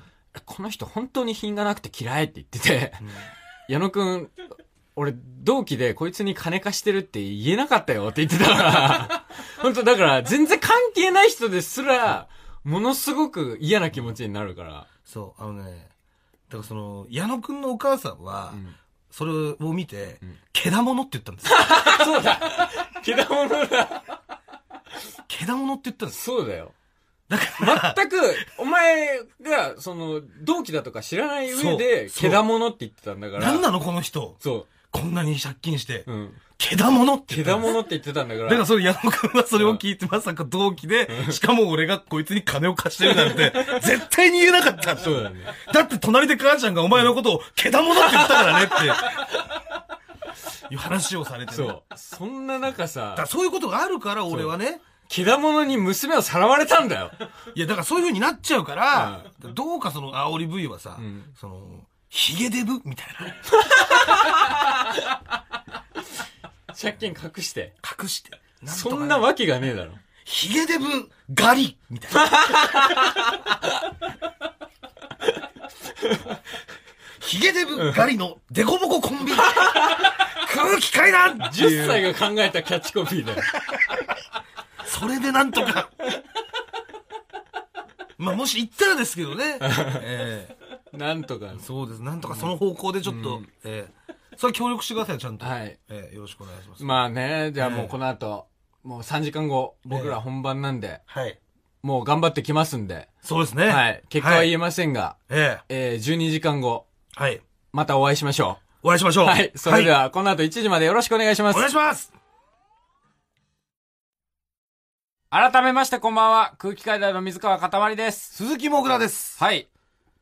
Speaker 1: この人本当に品がなくて嫌いって言ってて、 矢野くん、俺、同期でこいつに金貸してるって言えなかったよって言ってたから、 本当だから、全然関係ない人ですら、ものすごく嫌な気持ちになるから。
Speaker 2: そう、あのね、だからその、矢野くんのお母さんは、それを見て、けだものって言った んですよ。
Speaker 1: そうだけだものだ
Speaker 2: けだものって言ったんですよ
Speaker 1: そうだよ。
Speaker 2: だから、
Speaker 1: 全く、お前が、その、同期だとか知らない上で、
Speaker 2: そうそ
Speaker 1: け
Speaker 2: う
Speaker 1: だものって言ってたんだから。
Speaker 2: なんなのこの人。
Speaker 1: そ
Speaker 2: こんなに借金して
Speaker 1: う。、うん。
Speaker 2: けだものって
Speaker 1: け
Speaker 2: 言った
Speaker 1: だ
Speaker 2: んです。
Speaker 1: ものって言ってたんだから。
Speaker 2: だからそれ矢野くんはそれを聞いてまさか同期で、しかも俺がこいつに金を貸してるな んて、絶対に言えなかったんだ
Speaker 1: そうだね。
Speaker 2: だって隣で母ちゃんがお前のことを、けだものって言ったから ねって、いう話をされてる。
Speaker 1: そ
Speaker 2: だ
Speaker 1: う。そんな中
Speaker 2: か
Speaker 1: さ
Speaker 2: ら、そういうことがあるから俺はね、
Speaker 1: けだものに娘をさらわれたんだよ。
Speaker 2: いやだからそういう風になっちゃうから、どうかその煽り V はさ、
Speaker 1: ん
Speaker 2: その、ヒゲデブみたいな。
Speaker 1: 借金隠して。
Speaker 2: 隠して。なんとか
Speaker 1: そ
Speaker 2: ね
Speaker 1: んなわけがねえ だろ。
Speaker 2: ヒゲデブガリみたいな。ヒゲデブガリのデコボココンビ。空気階段っていう
Speaker 1: 10歳が考えたキャッチコピーだよ。
Speaker 2: それでなんとか。まあ、もし行ったらですけ どね。ええ
Speaker 1: なんとか。
Speaker 2: そうです。なんとかその方向でちょっと、ええそれ協力してくださいよ、ちゃんと。
Speaker 1: はい。
Speaker 2: ええよろしくお願いします。
Speaker 1: まあね、じゃあもうこの後、もう3時間後、僕
Speaker 2: え
Speaker 1: ら
Speaker 2: え
Speaker 1: 本番なんで、
Speaker 2: はい。
Speaker 1: もう頑張ってきますんで、
Speaker 2: そうですね。
Speaker 1: はい。結果は言えませんが、
Speaker 2: ええ。
Speaker 1: えー、12時間後、
Speaker 2: はい。
Speaker 1: またお会いしましょ
Speaker 2: お会いしましょ
Speaker 1: う。
Speaker 2: う。
Speaker 1: はい。それでは、この後1時までよろしくお願いします
Speaker 2: お。願いします
Speaker 1: 改めましてこんばんは、空気階段の水川かたまりです。
Speaker 2: 鈴木もぐらです。
Speaker 1: はい。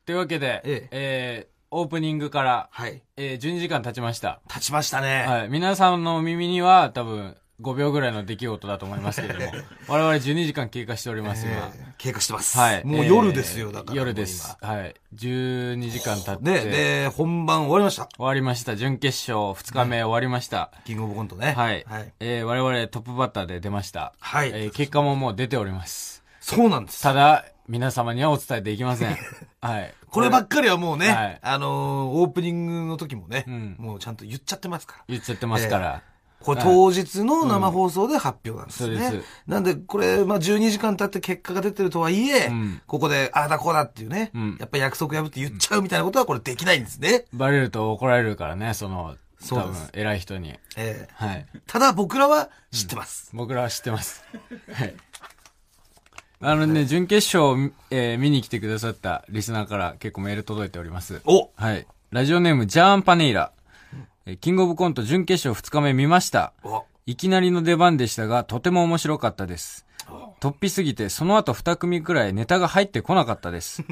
Speaker 1: というわけで、
Speaker 2: ええ
Speaker 1: えーオープニングから、
Speaker 2: はい。
Speaker 1: えー、12時間経ちました。
Speaker 2: 立ちましたね。
Speaker 1: はい。皆さんのお耳には多分5秒ぐらいの出来事だと思いますけれども、 我々12時間経過しております、今。
Speaker 2: えー経過してます。
Speaker 1: はい。
Speaker 2: も
Speaker 1: え
Speaker 2: う
Speaker 1: ー
Speaker 2: 夜ですよ、だから。
Speaker 1: 夜です。はい。12時間経っ
Speaker 2: もう今。
Speaker 1: て、
Speaker 2: で、で、本番終わりました。
Speaker 1: 終わりました。準決勝2日目終わりました。
Speaker 2: キングオブコントね。
Speaker 1: はい。
Speaker 2: はい。
Speaker 1: えー我々トップバッターで出ました。
Speaker 2: はい
Speaker 1: えー結果ももう出ております。
Speaker 2: そうなんです。
Speaker 1: ただ、皆様にはお伝えできま せん。はい。
Speaker 2: こればっかりはもうね、
Speaker 1: はい
Speaker 2: あのーオープニングの時もね、
Speaker 1: ん
Speaker 2: もうちゃんと言っちゃってますから。
Speaker 1: 言っちゃってますから。
Speaker 2: これ当日の生放送で発表なんですね。
Speaker 1: うんそうです
Speaker 2: なんで、これ、まあ、12時間経って結果が出てるとはいえ、
Speaker 1: ん
Speaker 2: ここで、ああだこうだっていうね、
Speaker 1: ん
Speaker 2: やっぱ約束破って言っちゃうみたいなことはこれできないんですね。
Speaker 1: バレると怒られるからね、その、
Speaker 2: そ
Speaker 1: 多
Speaker 2: うで
Speaker 1: 分
Speaker 2: す、
Speaker 1: 偉い人に。
Speaker 2: ええ
Speaker 1: はい。
Speaker 2: ただ僕らは知ってます。
Speaker 1: 僕らは知ってます。はい。あのね、準決勝、えー見に来てくださったリスナーから結構メール届いております。
Speaker 2: お
Speaker 1: はい。ラジオネーム、ジャーン・パネイラ。えーキングオブコント準決勝2日目見ました。
Speaker 2: お
Speaker 1: いきなりの出番でしたが、とても面白かったです。突飛すぎて、その後2組くらいネタが入ってこなかったです。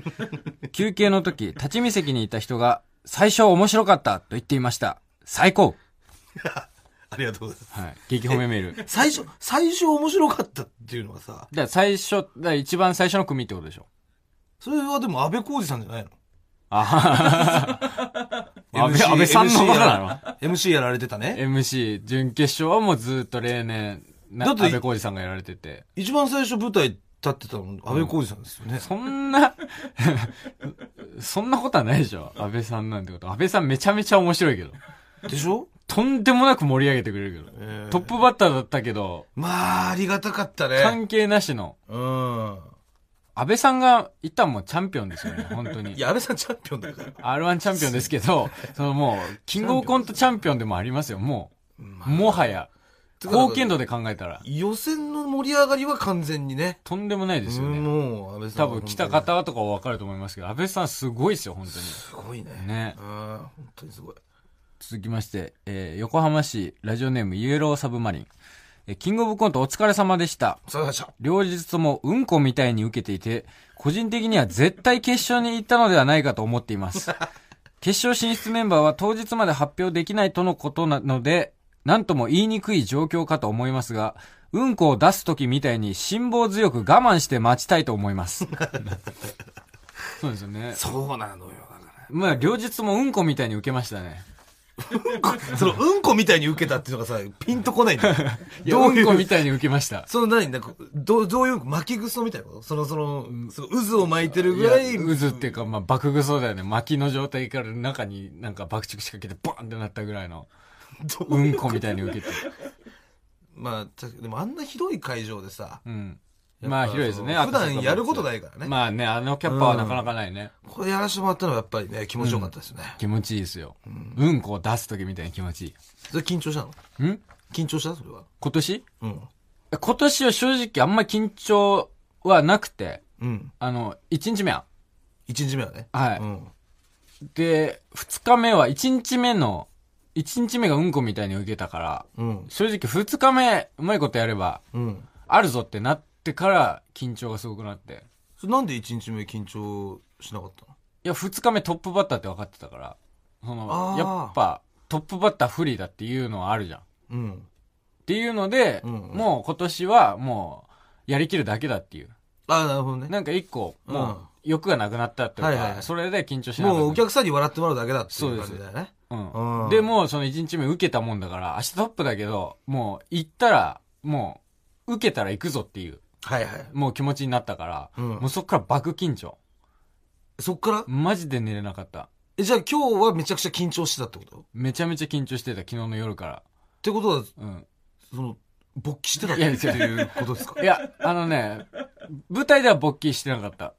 Speaker 1: 休憩の時、立ち見席にいた人が、最初面白かったと言っていました。最高
Speaker 2: ありがとうございます。
Speaker 1: はい。激褒めメール。だか
Speaker 2: 最初、最初面白かったっていうのはさ、
Speaker 1: ら最初、だから一番最初の組ってことでしょ
Speaker 2: それはでも安倍浩二さんじゃないの
Speaker 1: あはは安倍、安倍さんのバカな
Speaker 2: ?MC やられてた
Speaker 1: の
Speaker 2: ね。
Speaker 1: ?MC、準決勝はもうずっと例年、な
Speaker 2: だっ
Speaker 1: 安
Speaker 2: て
Speaker 1: 倍浩二さんがやられてて。
Speaker 2: 一番最初舞台立ってたの安倍浩二さんですよね。
Speaker 1: そんな、 そんなことはないでしょ。安倍さんなんてこと。安倍さんめちゃめちゃ面白いけど。
Speaker 2: でしょ
Speaker 1: とんでもなく盛り上げてくれるけど。
Speaker 2: ええ
Speaker 1: トップバッターだったけど、
Speaker 2: まあ、ありがたかったね。
Speaker 1: 関係なしの。
Speaker 2: うん。
Speaker 1: 安倍さんが一旦もうチャンピオンですよね、本当に。
Speaker 2: いや、安倍さんチャンピオンだから。
Speaker 1: R1 チャンピオンですけど、そのもう、キングオブコントチャンピオンでもありますよ、もう。もはや。貢献度で考えたら、
Speaker 2: 予選の盛り上がりは完全にね。
Speaker 1: とんでもないですよ
Speaker 2: うん
Speaker 1: ね。
Speaker 2: もう、安倍さ
Speaker 1: 多
Speaker 2: んは
Speaker 1: 分
Speaker 2: 本当に。
Speaker 1: 来た方とかはわかると思いますけど、安倍さんすごいですよ、本当に。
Speaker 2: すごいね。
Speaker 1: ね
Speaker 2: うん、本当にすごい。
Speaker 1: 続きまして、えー横浜市ラジオネームイエローサブマリン、えーキングオブコントお疲れ様でした
Speaker 2: さあ、しゃ。
Speaker 1: 両日ともうんこみたいに受けていて個人的には絶対決勝に行ったのではないかと思っています 決勝進出メンバーは当日まで発表できないとのことなのでなんとも言いにくい状況かと思いますがうんこを出す時みたいに辛抱強く我慢して待ちたいと思います そうですよね
Speaker 2: そうなのよ、だから。
Speaker 1: まあ両日ともうんこみたいに受けましたね。
Speaker 2: うんこ、その、うんこみたいに受けたっていうのがさ、ピンとこないんだよ
Speaker 1: いやうんこみたいに受けました
Speaker 2: その何なんか、どう、どういう巻きぐそみたいなことその、その、その渦を巻いてるぐらい、
Speaker 1: や渦っていうか、まあ、爆具そうだよね。薪の状態から中になんか爆竹仕掛けてバーンってなったぐらいの、
Speaker 2: どう
Speaker 1: うんこみたいに受けて。
Speaker 2: まあ、確かでもあんな広い会場でさ、
Speaker 1: うん。まあ、広いですね。
Speaker 2: 普段やること
Speaker 1: い
Speaker 2: ないからね。
Speaker 1: まあね、あのキャッパはなかなかないね。
Speaker 2: これやらせてもらったのはやっぱりね、気持ちよかったですね。
Speaker 1: 気持ちいいですよ。うんこを出すときみたいに気持ちい
Speaker 2: それ緊張したの
Speaker 1: い。ん
Speaker 2: 緊張したそれは。
Speaker 1: 今年
Speaker 2: うん。
Speaker 1: 今年は正直あんま緊張はなくて、
Speaker 2: うん。
Speaker 1: あの、1日目は。
Speaker 2: 一日目はね。
Speaker 1: はい
Speaker 2: うん。
Speaker 1: で、2日目は1日目の、1日目がうんこみたいに受けたから、
Speaker 2: うん。
Speaker 1: 正直2日目うまいことやれば、
Speaker 2: うん。
Speaker 1: あるぞってなってから緊張がすごくなって。
Speaker 2: それなんで一日目緊張しなかったの
Speaker 1: いや、二日目トップバッターって分かってたから、その
Speaker 2: あ、ー
Speaker 1: やっぱトップバッター不利だっていうのはあるじゃん。っ
Speaker 2: うん。
Speaker 1: ていうので、
Speaker 2: うんうん
Speaker 1: もう今年はもうやりきるだけだっていう。
Speaker 2: ああ、なるほどね。
Speaker 1: なんか一個、も
Speaker 2: う
Speaker 1: うん欲がなくなったっていうか、
Speaker 2: はいはいはい
Speaker 1: それで緊張しなかった。
Speaker 2: もうお客さんに笑ってもらうだけだっていう感
Speaker 1: そう
Speaker 2: じ
Speaker 1: で
Speaker 2: だよね。
Speaker 1: うん。
Speaker 2: うん
Speaker 1: でもうその一日目受けたもんだから、明日トップだけど、もう行ったら、もう受けたら行くぞっていう、
Speaker 2: はいはい。
Speaker 1: もう気持ちになったから、
Speaker 2: うん
Speaker 1: もうそっから爆緊張。
Speaker 2: そっから
Speaker 1: マジで寝れなかった。
Speaker 2: え、じゃあ今日はめちゃくちゃ緊張してたってことっ
Speaker 1: めちゃめちゃ緊張してた、昨日の夜から。
Speaker 2: てことは、
Speaker 1: うん。
Speaker 2: その、勃起してたっ
Speaker 1: い
Speaker 2: て
Speaker 1: や違う
Speaker 2: いうことですか
Speaker 1: いや、あのね、舞台では勃起してなかった。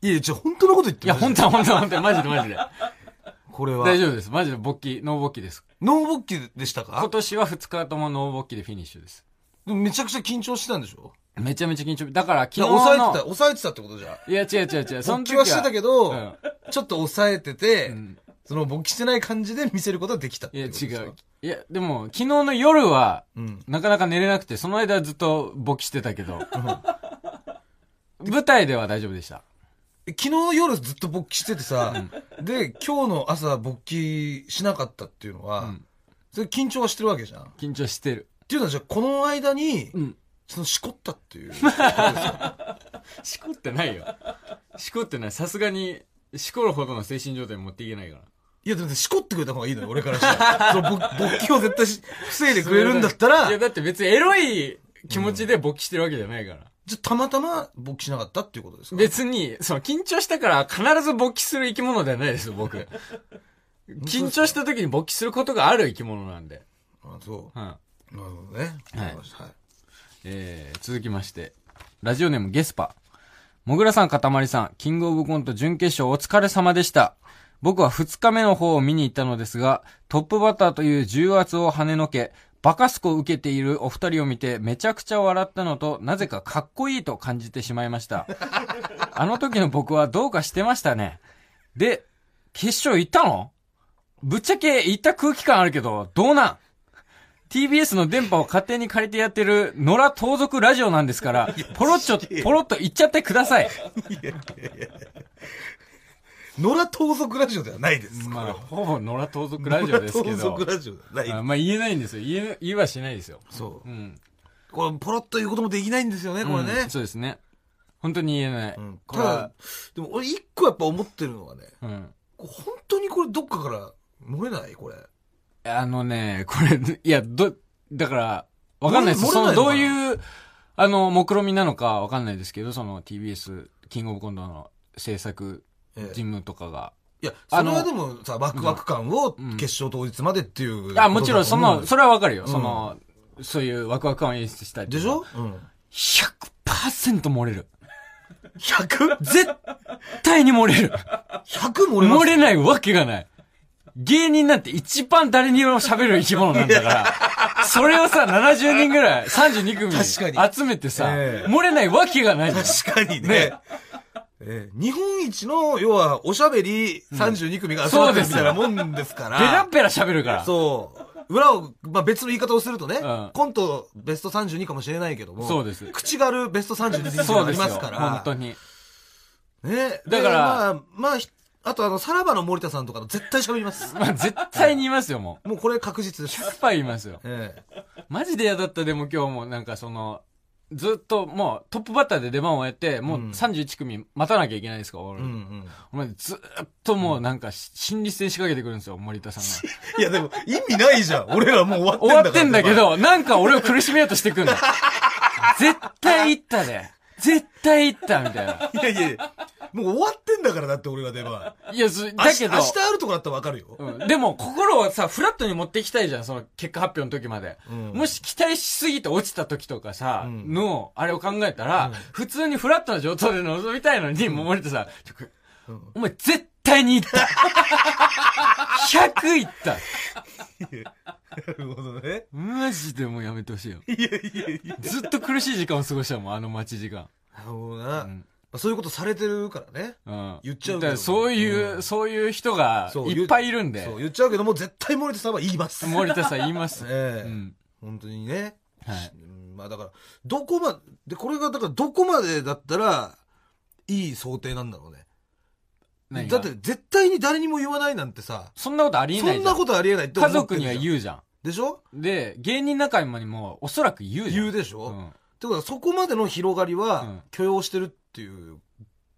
Speaker 2: いや、じゃあ本当のこと言って
Speaker 1: いや、本
Speaker 2: 当
Speaker 1: 当は本当は本当はマジでマジ で。
Speaker 2: これは。
Speaker 1: 大丈夫です。マジで勃起、ノー勃起です。
Speaker 2: ノー勃起でした
Speaker 1: 今
Speaker 2: か
Speaker 1: 年は2日ともノー勃起でフィニッシュです。
Speaker 2: でもめちゃくちゃ緊張してたんでしょ
Speaker 1: めちゃめちゃ緊張。だから昨日
Speaker 2: じゃあ
Speaker 1: の。
Speaker 2: 抑えてた、抑えてたってことじゃん。
Speaker 1: いや、違う違う違う。その
Speaker 2: 勃
Speaker 1: 時
Speaker 2: 起はしてたけど、
Speaker 1: うん
Speaker 2: ちょっと抑えてて、
Speaker 1: ん
Speaker 2: その勃起してない感じで見せることはできたって
Speaker 1: いや、
Speaker 2: こ
Speaker 1: 違
Speaker 2: とですか
Speaker 1: う。。いや、でも、昨日の夜は、
Speaker 2: うん。
Speaker 1: なかなか寝れなくて、その間ずっと勃起してた けど、舞台では大丈夫でした。
Speaker 2: 昨日の夜ずっと勃起しててさ、で、今日の朝勃起しなかったっていうのは、
Speaker 1: うん
Speaker 2: それ緊張はしてるわけじゃん。っ
Speaker 1: 緊張してる。
Speaker 2: ていうのはじゃあこの間に、
Speaker 1: うん。
Speaker 2: そのしこったっていう。
Speaker 1: しこってないよ。しこってない。さすがに、しこるほどの精神状態に持っていけないから。
Speaker 2: いや、でもしこってくれた方がいいのよ、俺からした ら。その勃勃起を絶対し防いでくれるんだったら
Speaker 1: いや、、だって別にエロい気持ちで勃起してるわけじゃないから。
Speaker 2: じゃあたまたま勃起しなかったっていうことですか
Speaker 1: 別に、その緊張したから必ず勃起する生き物ではないですよ、僕。緊張した時に勃起することがある生き物なんで。
Speaker 2: あそ
Speaker 1: うん。
Speaker 2: う。なるほどね。
Speaker 1: はい
Speaker 2: わかりましたはい。
Speaker 1: えー、続きまして。ラジオネームゲスパ。もぐらさん、かたまりさん、キングオブコント準決勝お疲れ様でした。僕は2日目の方を見に行ったのですが、トップバッターという重圧を跳ねのけ、バカスコを受けているお二人を見てめちゃくちゃ笑ったのと、なぜかかっこいいと感じてしまいました。あの時の僕はどうかしてましたね。で、決勝行ったのぶっちゃけ行った空気感あるけど、どうなん TBS の電波を勝手に借りてやってる野良盗賊ラジオなんですから、ポロッちょ、ポロッと行っちゃってください。
Speaker 2: 野良盗賊ラジオではないです。
Speaker 1: ま あ、
Speaker 2: こ
Speaker 1: ほぼ野良盗賊
Speaker 2: れは
Speaker 1: ラジオですけ
Speaker 2: 野良盗
Speaker 1: ど
Speaker 2: 賊。ラジオでは
Speaker 1: あ
Speaker 2: ない。
Speaker 1: まあ言えないんですよ。言え、言いはしないですよ。
Speaker 2: そう
Speaker 1: う。ん。
Speaker 2: これ、ポロッと言うこともできないんですよね、これね
Speaker 1: うん。そうですね。本当に言えない。
Speaker 2: うん
Speaker 1: こ
Speaker 2: た
Speaker 1: れは
Speaker 2: だ、、でも俺一個やっぱ思ってるのはね、
Speaker 1: うん。
Speaker 2: こう本当にこれどっかから漏れないこれ。
Speaker 1: あのね、これ、いや、ど、だから、わかんないです。
Speaker 2: 漏れ
Speaker 1: そ
Speaker 2: 漏
Speaker 1: の、
Speaker 2: れないの
Speaker 1: どう
Speaker 2: かな
Speaker 1: いう、あの、目論みなのかわかんないですけど、その TBS、キングオブコントの制作
Speaker 2: え
Speaker 1: 事
Speaker 2: え
Speaker 1: 務とかが。
Speaker 2: いや、
Speaker 1: あ
Speaker 2: それ
Speaker 1: の
Speaker 2: はでもさ、ワクワク感を
Speaker 1: うん
Speaker 2: 決勝当日までっていう。
Speaker 1: あ、もちろん、その、それはわかるよ。
Speaker 2: うん
Speaker 1: その、そういうワクワク感を演出したりと
Speaker 2: で
Speaker 1: か
Speaker 2: しょうん。
Speaker 1: ?100% 漏れる。
Speaker 2: 100?100
Speaker 1: 絶対に漏れる。
Speaker 2: 漏れます
Speaker 1: 漏れないわけがない。芸人なんて一番誰にも喋る生き物なんだから、それをさ、70人ぐらい、32
Speaker 2: 確
Speaker 1: 組
Speaker 2: かに
Speaker 1: 集めてさ、
Speaker 2: ええ
Speaker 1: 漏れないわけがないじゃん
Speaker 2: 確かにね。
Speaker 1: ね
Speaker 2: ええ日本一の、要は、おしゃべり32組が集まってるみたいなもんですから。
Speaker 1: ペラッペラ喋るから。
Speaker 2: そう。裏を、まあ、別の言い方をするとね、
Speaker 1: うん
Speaker 2: コントベスト32かもしれないけども、
Speaker 1: そうです
Speaker 2: 口軽ベスト32っていうの
Speaker 1: そ
Speaker 2: が
Speaker 1: う
Speaker 2: あ
Speaker 1: で
Speaker 2: り
Speaker 1: すよ。
Speaker 2: ますから。
Speaker 1: 本当に。
Speaker 2: ね。
Speaker 1: だから
Speaker 2: でまあ、まあ、ひあとあの、さらばの森田さんとかと絶対喋ります。
Speaker 1: まあ、絶対にいますよ、も
Speaker 2: もうこれ確実で
Speaker 1: う。
Speaker 2: す。
Speaker 1: 100パいますよ。
Speaker 2: ええ
Speaker 1: マジで嫌だった、でも今日もなんかその、ずっともうトップバッターで出番を終えて、もううん31組待たなきゃいけないですから、俺
Speaker 2: うんうん。
Speaker 1: お前ずーっともうなんかし心理戦仕掛けてくるんですよ、森田さん が。
Speaker 2: いやでも、意味ないじゃん。俺らもう終わって
Speaker 1: 終
Speaker 2: んだから。
Speaker 1: わってんだけ。ど、なんか俺を苦しめようとしてくんだ。絶対行ったで。絶対行ったみたいな。
Speaker 2: いやいやいやもう終わってんだからだって俺ら出番。
Speaker 1: いや、そだ
Speaker 2: だ
Speaker 1: け
Speaker 2: け
Speaker 1: ど
Speaker 2: ど。明、日あるとこだったらわかるよ。
Speaker 1: うん、でも心をさ、フラットに持っていきたいじゃん、その結果発表の時まで。
Speaker 2: うん
Speaker 1: もし期待しすぎて落ちた時とかさ、
Speaker 2: うん
Speaker 1: の、あれを考えたら、
Speaker 2: うん
Speaker 1: 普通にフラットな状態で臨みたいのに、もう森田さん、ちょ
Speaker 2: うん
Speaker 1: お前絶対に行った。100行った。
Speaker 2: なるほどね。
Speaker 1: マジでもうやめてほしいよ。ずっと苦しい時間を過ごしたもん、あの待ち時間。
Speaker 2: なるほどな。
Speaker 1: う
Speaker 2: ま
Speaker 1: ん
Speaker 2: あそういうことされてるからね。
Speaker 1: うん
Speaker 2: 言っちゃうけど
Speaker 1: だからそういう、
Speaker 2: うん
Speaker 1: そういう人が
Speaker 2: そう
Speaker 1: いっぱいいるんで
Speaker 2: そう、。言っちゃうけども、絶対森田さんは言います。え
Speaker 1: 森田さん言います。う
Speaker 2: え
Speaker 1: ん。
Speaker 2: 本当にね。
Speaker 1: はい。
Speaker 2: うんまあだから、どこまで、これがだからどこまでだったら、いい想定なんだろうね。
Speaker 1: 何
Speaker 2: だ
Speaker 1: が
Speaker 2: って、絶対に誰にも言わないなんてさ、
Speaker 1: そんなことありえ
Speaker 2: そ
Speaker 1: ない
Speaker 2: ん
Speaker 1: じゃ。
Speaker 2: なんことありえないって思
Speaker 1: 家
Speaker 2: ってる
Speaker 1: 族には
Speaker 2: う。
Speaker 1: 言うじゃ
Speaker 2: でしょ
Speaker 1: ん。で、芸人仲間にもおそらく言うじゃん。
Speaker 2: 言う
Speaker 1: で
Speaker 2: でし
Speaker 1: う
Speaker 2: ょ、って
Speaker 1: ん。
Speaker 2: ことは、そこまでの広がり
Speaker 1: う
Speaker 2: は
Speaker 1: ん、
Speaker 2: 許容してるっていう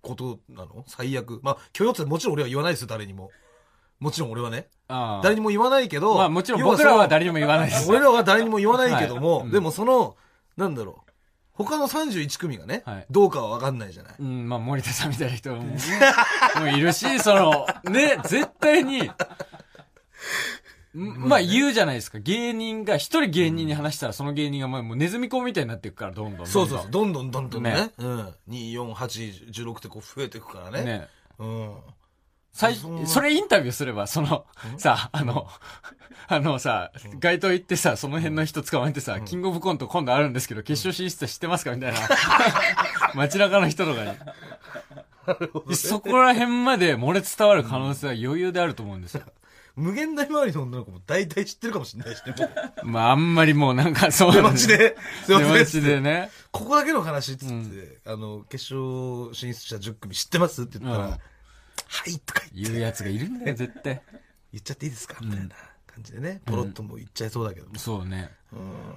Speaker 2: ことなの最悪。まあ、許容ってもちろん俺は言わないですよ、誰にも。もちろん俺はね。
Speaker 1: ああ
Speaker 2: 誰にも言わないけど、
Speaker 1: まあもちろん僕らは誰
Speaker 2: 誰
Speaker 1: にも言わないです。
Speaker 2: 俺らは誰にも言わないけども、
Speaker 1: はいうん
Speaker 2: でもその、なんだろう。他の31組がね、
Speaker 1: はい
Speaker 2: どうかはわかんないじゃない。
Speaker 1: うん、まあ森田さんみたいな人ももういるし、 その、ね、絶対に、んまあ言うじゃないですか。芸人が、一人芸人に話したらその芸人がもうもうネズミ講みたいになっていくから、どんどんどんどん。
Speaker 2: そうそうそう、どんどんどんどんね。
Speaker 1: ね
Speaker 2: うん。2、4、8、16ってこう増えていくからね。
Speaker 1: ね。
Speaker 2: うん。
Speaker 1: 最
Speaker 2: そんな
Speaker 1: それインタビューすれば、その、さ、あの、あのさ、街頭行ってさ、その辺の人捕まえてさ、キングオブコント今度あるんですけど、決勝進出知ってますかみ たいな。街中の人とかに。そこら辺まで漏れ伝わる可能性は余裕であると思うんですよ。
Speaker 2: 無限大周りの女の子も大体知ってるかもしれないしね、もう
Speaker 1: まあ、あんまりもうなんかそう。
Speaker 2: 出待ち。で、
Speaker 1: 出
Speaker 2: すいません
Speaker 1: 待ちでね。
Speaker 2: ここだけの話っつって、あの、決勝進出者10組知ってますって言ったら、
Speaker 1: うん
Speaker 2: はいとか言って
Speaker 1: 言うやつがいるんだよ、絶対。
Speaker 2: 言っちゃっていいですかみたいな感じでね、ポロッともう言っちゃいそうだけど、
Speaker 1: そうね。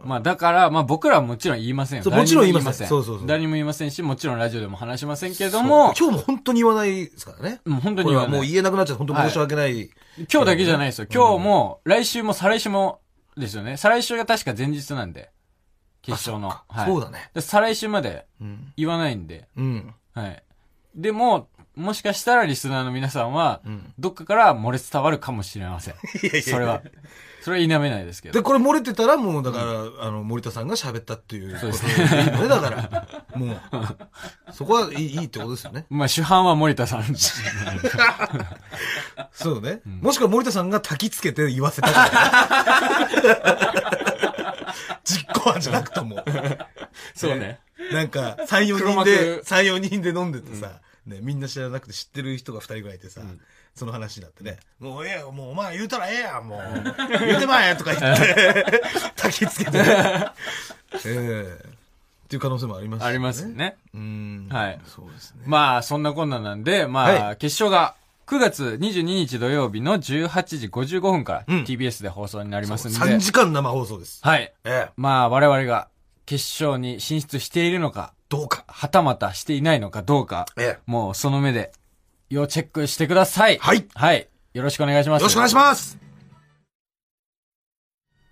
Speaker 1: まあだから、まあ僕らはもちろん言いませんよ。
Speaker 2: そう
Speaker 1: 誰に
Speaker 2: もちろん言いませんそうそうそう
Speaker 1: 誰にも言いませんし、もちろんラジオでも話しませんけれど
Speaker 2: もう
Speaker 1: も、
Speaker 2: 今日も本当に言わないですからね。
Speaker 1: もう本当に
Speaker 2: これ
Speaker 1: 言わ
Speaker 2: は
Speaker 1: ない
Speaker 2: もう言えなくなっちゃって、本当申し訳ない。
Speaker 1: 今日だけじゃないですよ。今日も、来週も再来週もですよね。再来週が確か前日なんで。決勝の。はい。
Speaker 2: そうだね。
Speaker 1: で再来週まで
Speaker 2: うん。
Speaker 1: 言わないんで。
Speaker 2: うん。
Speaker 1: はい。でも、もしかしたらリスナーの皆さんは、
Speaker 2: うん。
Speaker 1: どっかから漏れ伝わるかもしれ ません。それは。それは否めないですけど
Speaker 2: で、。これ漏れてたらもう、だから、あの、森田さんが喋ったっていう
Speaker 1: そうです
Speaker 2: ね。いいのね、だから。もう、そこはいいいいってことですよね。
Speaker 1: まあ主犯は森田 さん。
Speaker 2: そうね。もしくは森田さんが焚きつけて言 わせたから。実行犯じゃなくとも。
Speaker 1: そうね。
Speaker 2: なんか、3、4
Speaker 1: 黒
Speaker 2: 人
Speaker 1: 幕
Speaker 2: で、三四人で飲んでてさ、ね、みんな知らなくて知ってる人が2人ぐらいいてさ、その話になってね、もうええよ、もうお前言うたらええやん、もう。言うてまえとか 言って、焚きつけて。ええっていう可能性もありますよ
Speaker 1: ありますよ。ね。
Speaker 2: うん。
Speaker 1: はい
Speaker 2: そうですね。
Speaker 1: まあ、そんなこんななんで、まあ、
Speaker 2: は
Speaker 1: 決勝が9月22日土曜日の18時55分から
Speaker 2: うん
Speaker 1: TBS で放送になりますんで、
Speaker 2: 3時間生放送です。
Speaker 1: はい。
Speaker 2: ええ
Speaker 1: まあ、我々が決勝に進出しているのか、
Speaker 2: どうか。
Speaker 1: はたまたしていないのかどうか、
Speaker 2: ええ
Speaker 1: もうその目で、要チェックしてください。
Speaker 2: はい。よ
Speaker 1: はい。よろしくお願いします。
Speaker 2: ろしくお願いします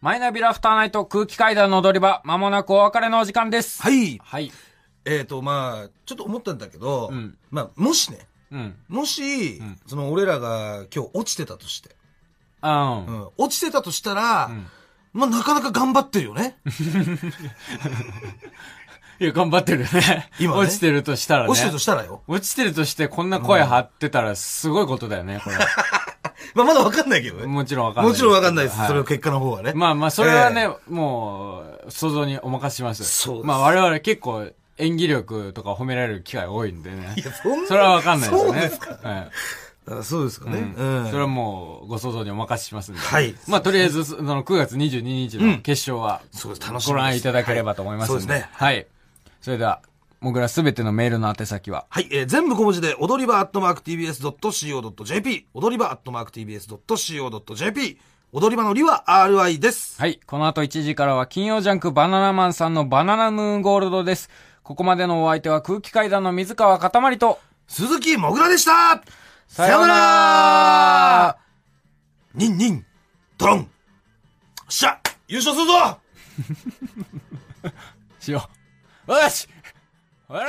Speaker 1: マイナビラフターナイト空気階段の踊り場、まもなくお別れのお時間です。
Speaker 2: はい。
Speaker 1: はい。
Speaker 2: えっ、と、まあ、ちょっと思ったんだけど、
Speaker 1: うん
Speaker 2: まあ、もしね、
Speaker 1: うん。
Speaker 2: もし、
Speaker 1: ん
Speaker 2: その俺らが今日落ちてたとして、
Speaker 1: あん。
Speaker 2: うん、落ちてたとしたら、
Speaker 1: ん
Speaker 2: まあなかなか頑張ってるよね。
Speaker 1: いや、頑張ってるよね。
Speaker 2: 今ね
Speaker 1: 落ちてるとしたらね。
Speaker 2: 落ちてるとしたらよ。
Speaker 1: 落ちてるとしてこんな声張ってたらすごいことだよね、これ。
Speaker 2: まあまだわかんないけどね。も
Speaker 1: もちろんわかんない。
Speaker 2: ちろんわかんないです。
Speaker 1: は
Speaker 2: それの結果の方はね。
Speaker 1: まあまあ、それは
Speaker 2: え
Speaker 1: ね、もう、想像にお任せします。
Speaker 2: そうです
Speaker 1: まあ我々結構演技力とか褒められる機会多いんでね
Speaker 2: え。いや、そんな。
Speaker 1: それはわかんないですよね。
Speaker 2: そうですか。
Speaker 1: はい。
Speaker 2: あそうですかね。うん。
Speaker 1: それはもう、ご想像にお任せしますんで。
Speaker 2: はい
Speaker 1: まあ、とりあえず、その、9月22日の決勝は、
Speaker 2: そうです楽しみです
Speaker 1: ご覧いただければと思いますんで。
Speaker 2: はいそうですね
Speaker 1: はい。それでは、もぐらすべてのメールの宛先は、
Speaker 2: はい、えー全部小文字で、踊り場アットマーク TBS.CO.JP、踊り場アットマーク TBS.CO.JP、踊り場のりは RI です。
Speaker 1: はい。この後1時からは金曜ジャンクバナナマンさんのバナナムーンゴールドです。ここまでのお相手は空気階段の水川かたまりと、
Speaker 2: 鈴木もぐらでした
Speaker 1: さようなら
Speaker 2: ニンニン、ドロン。よっしゃ優勝するぞ
Speaker 1: しよう。よしほら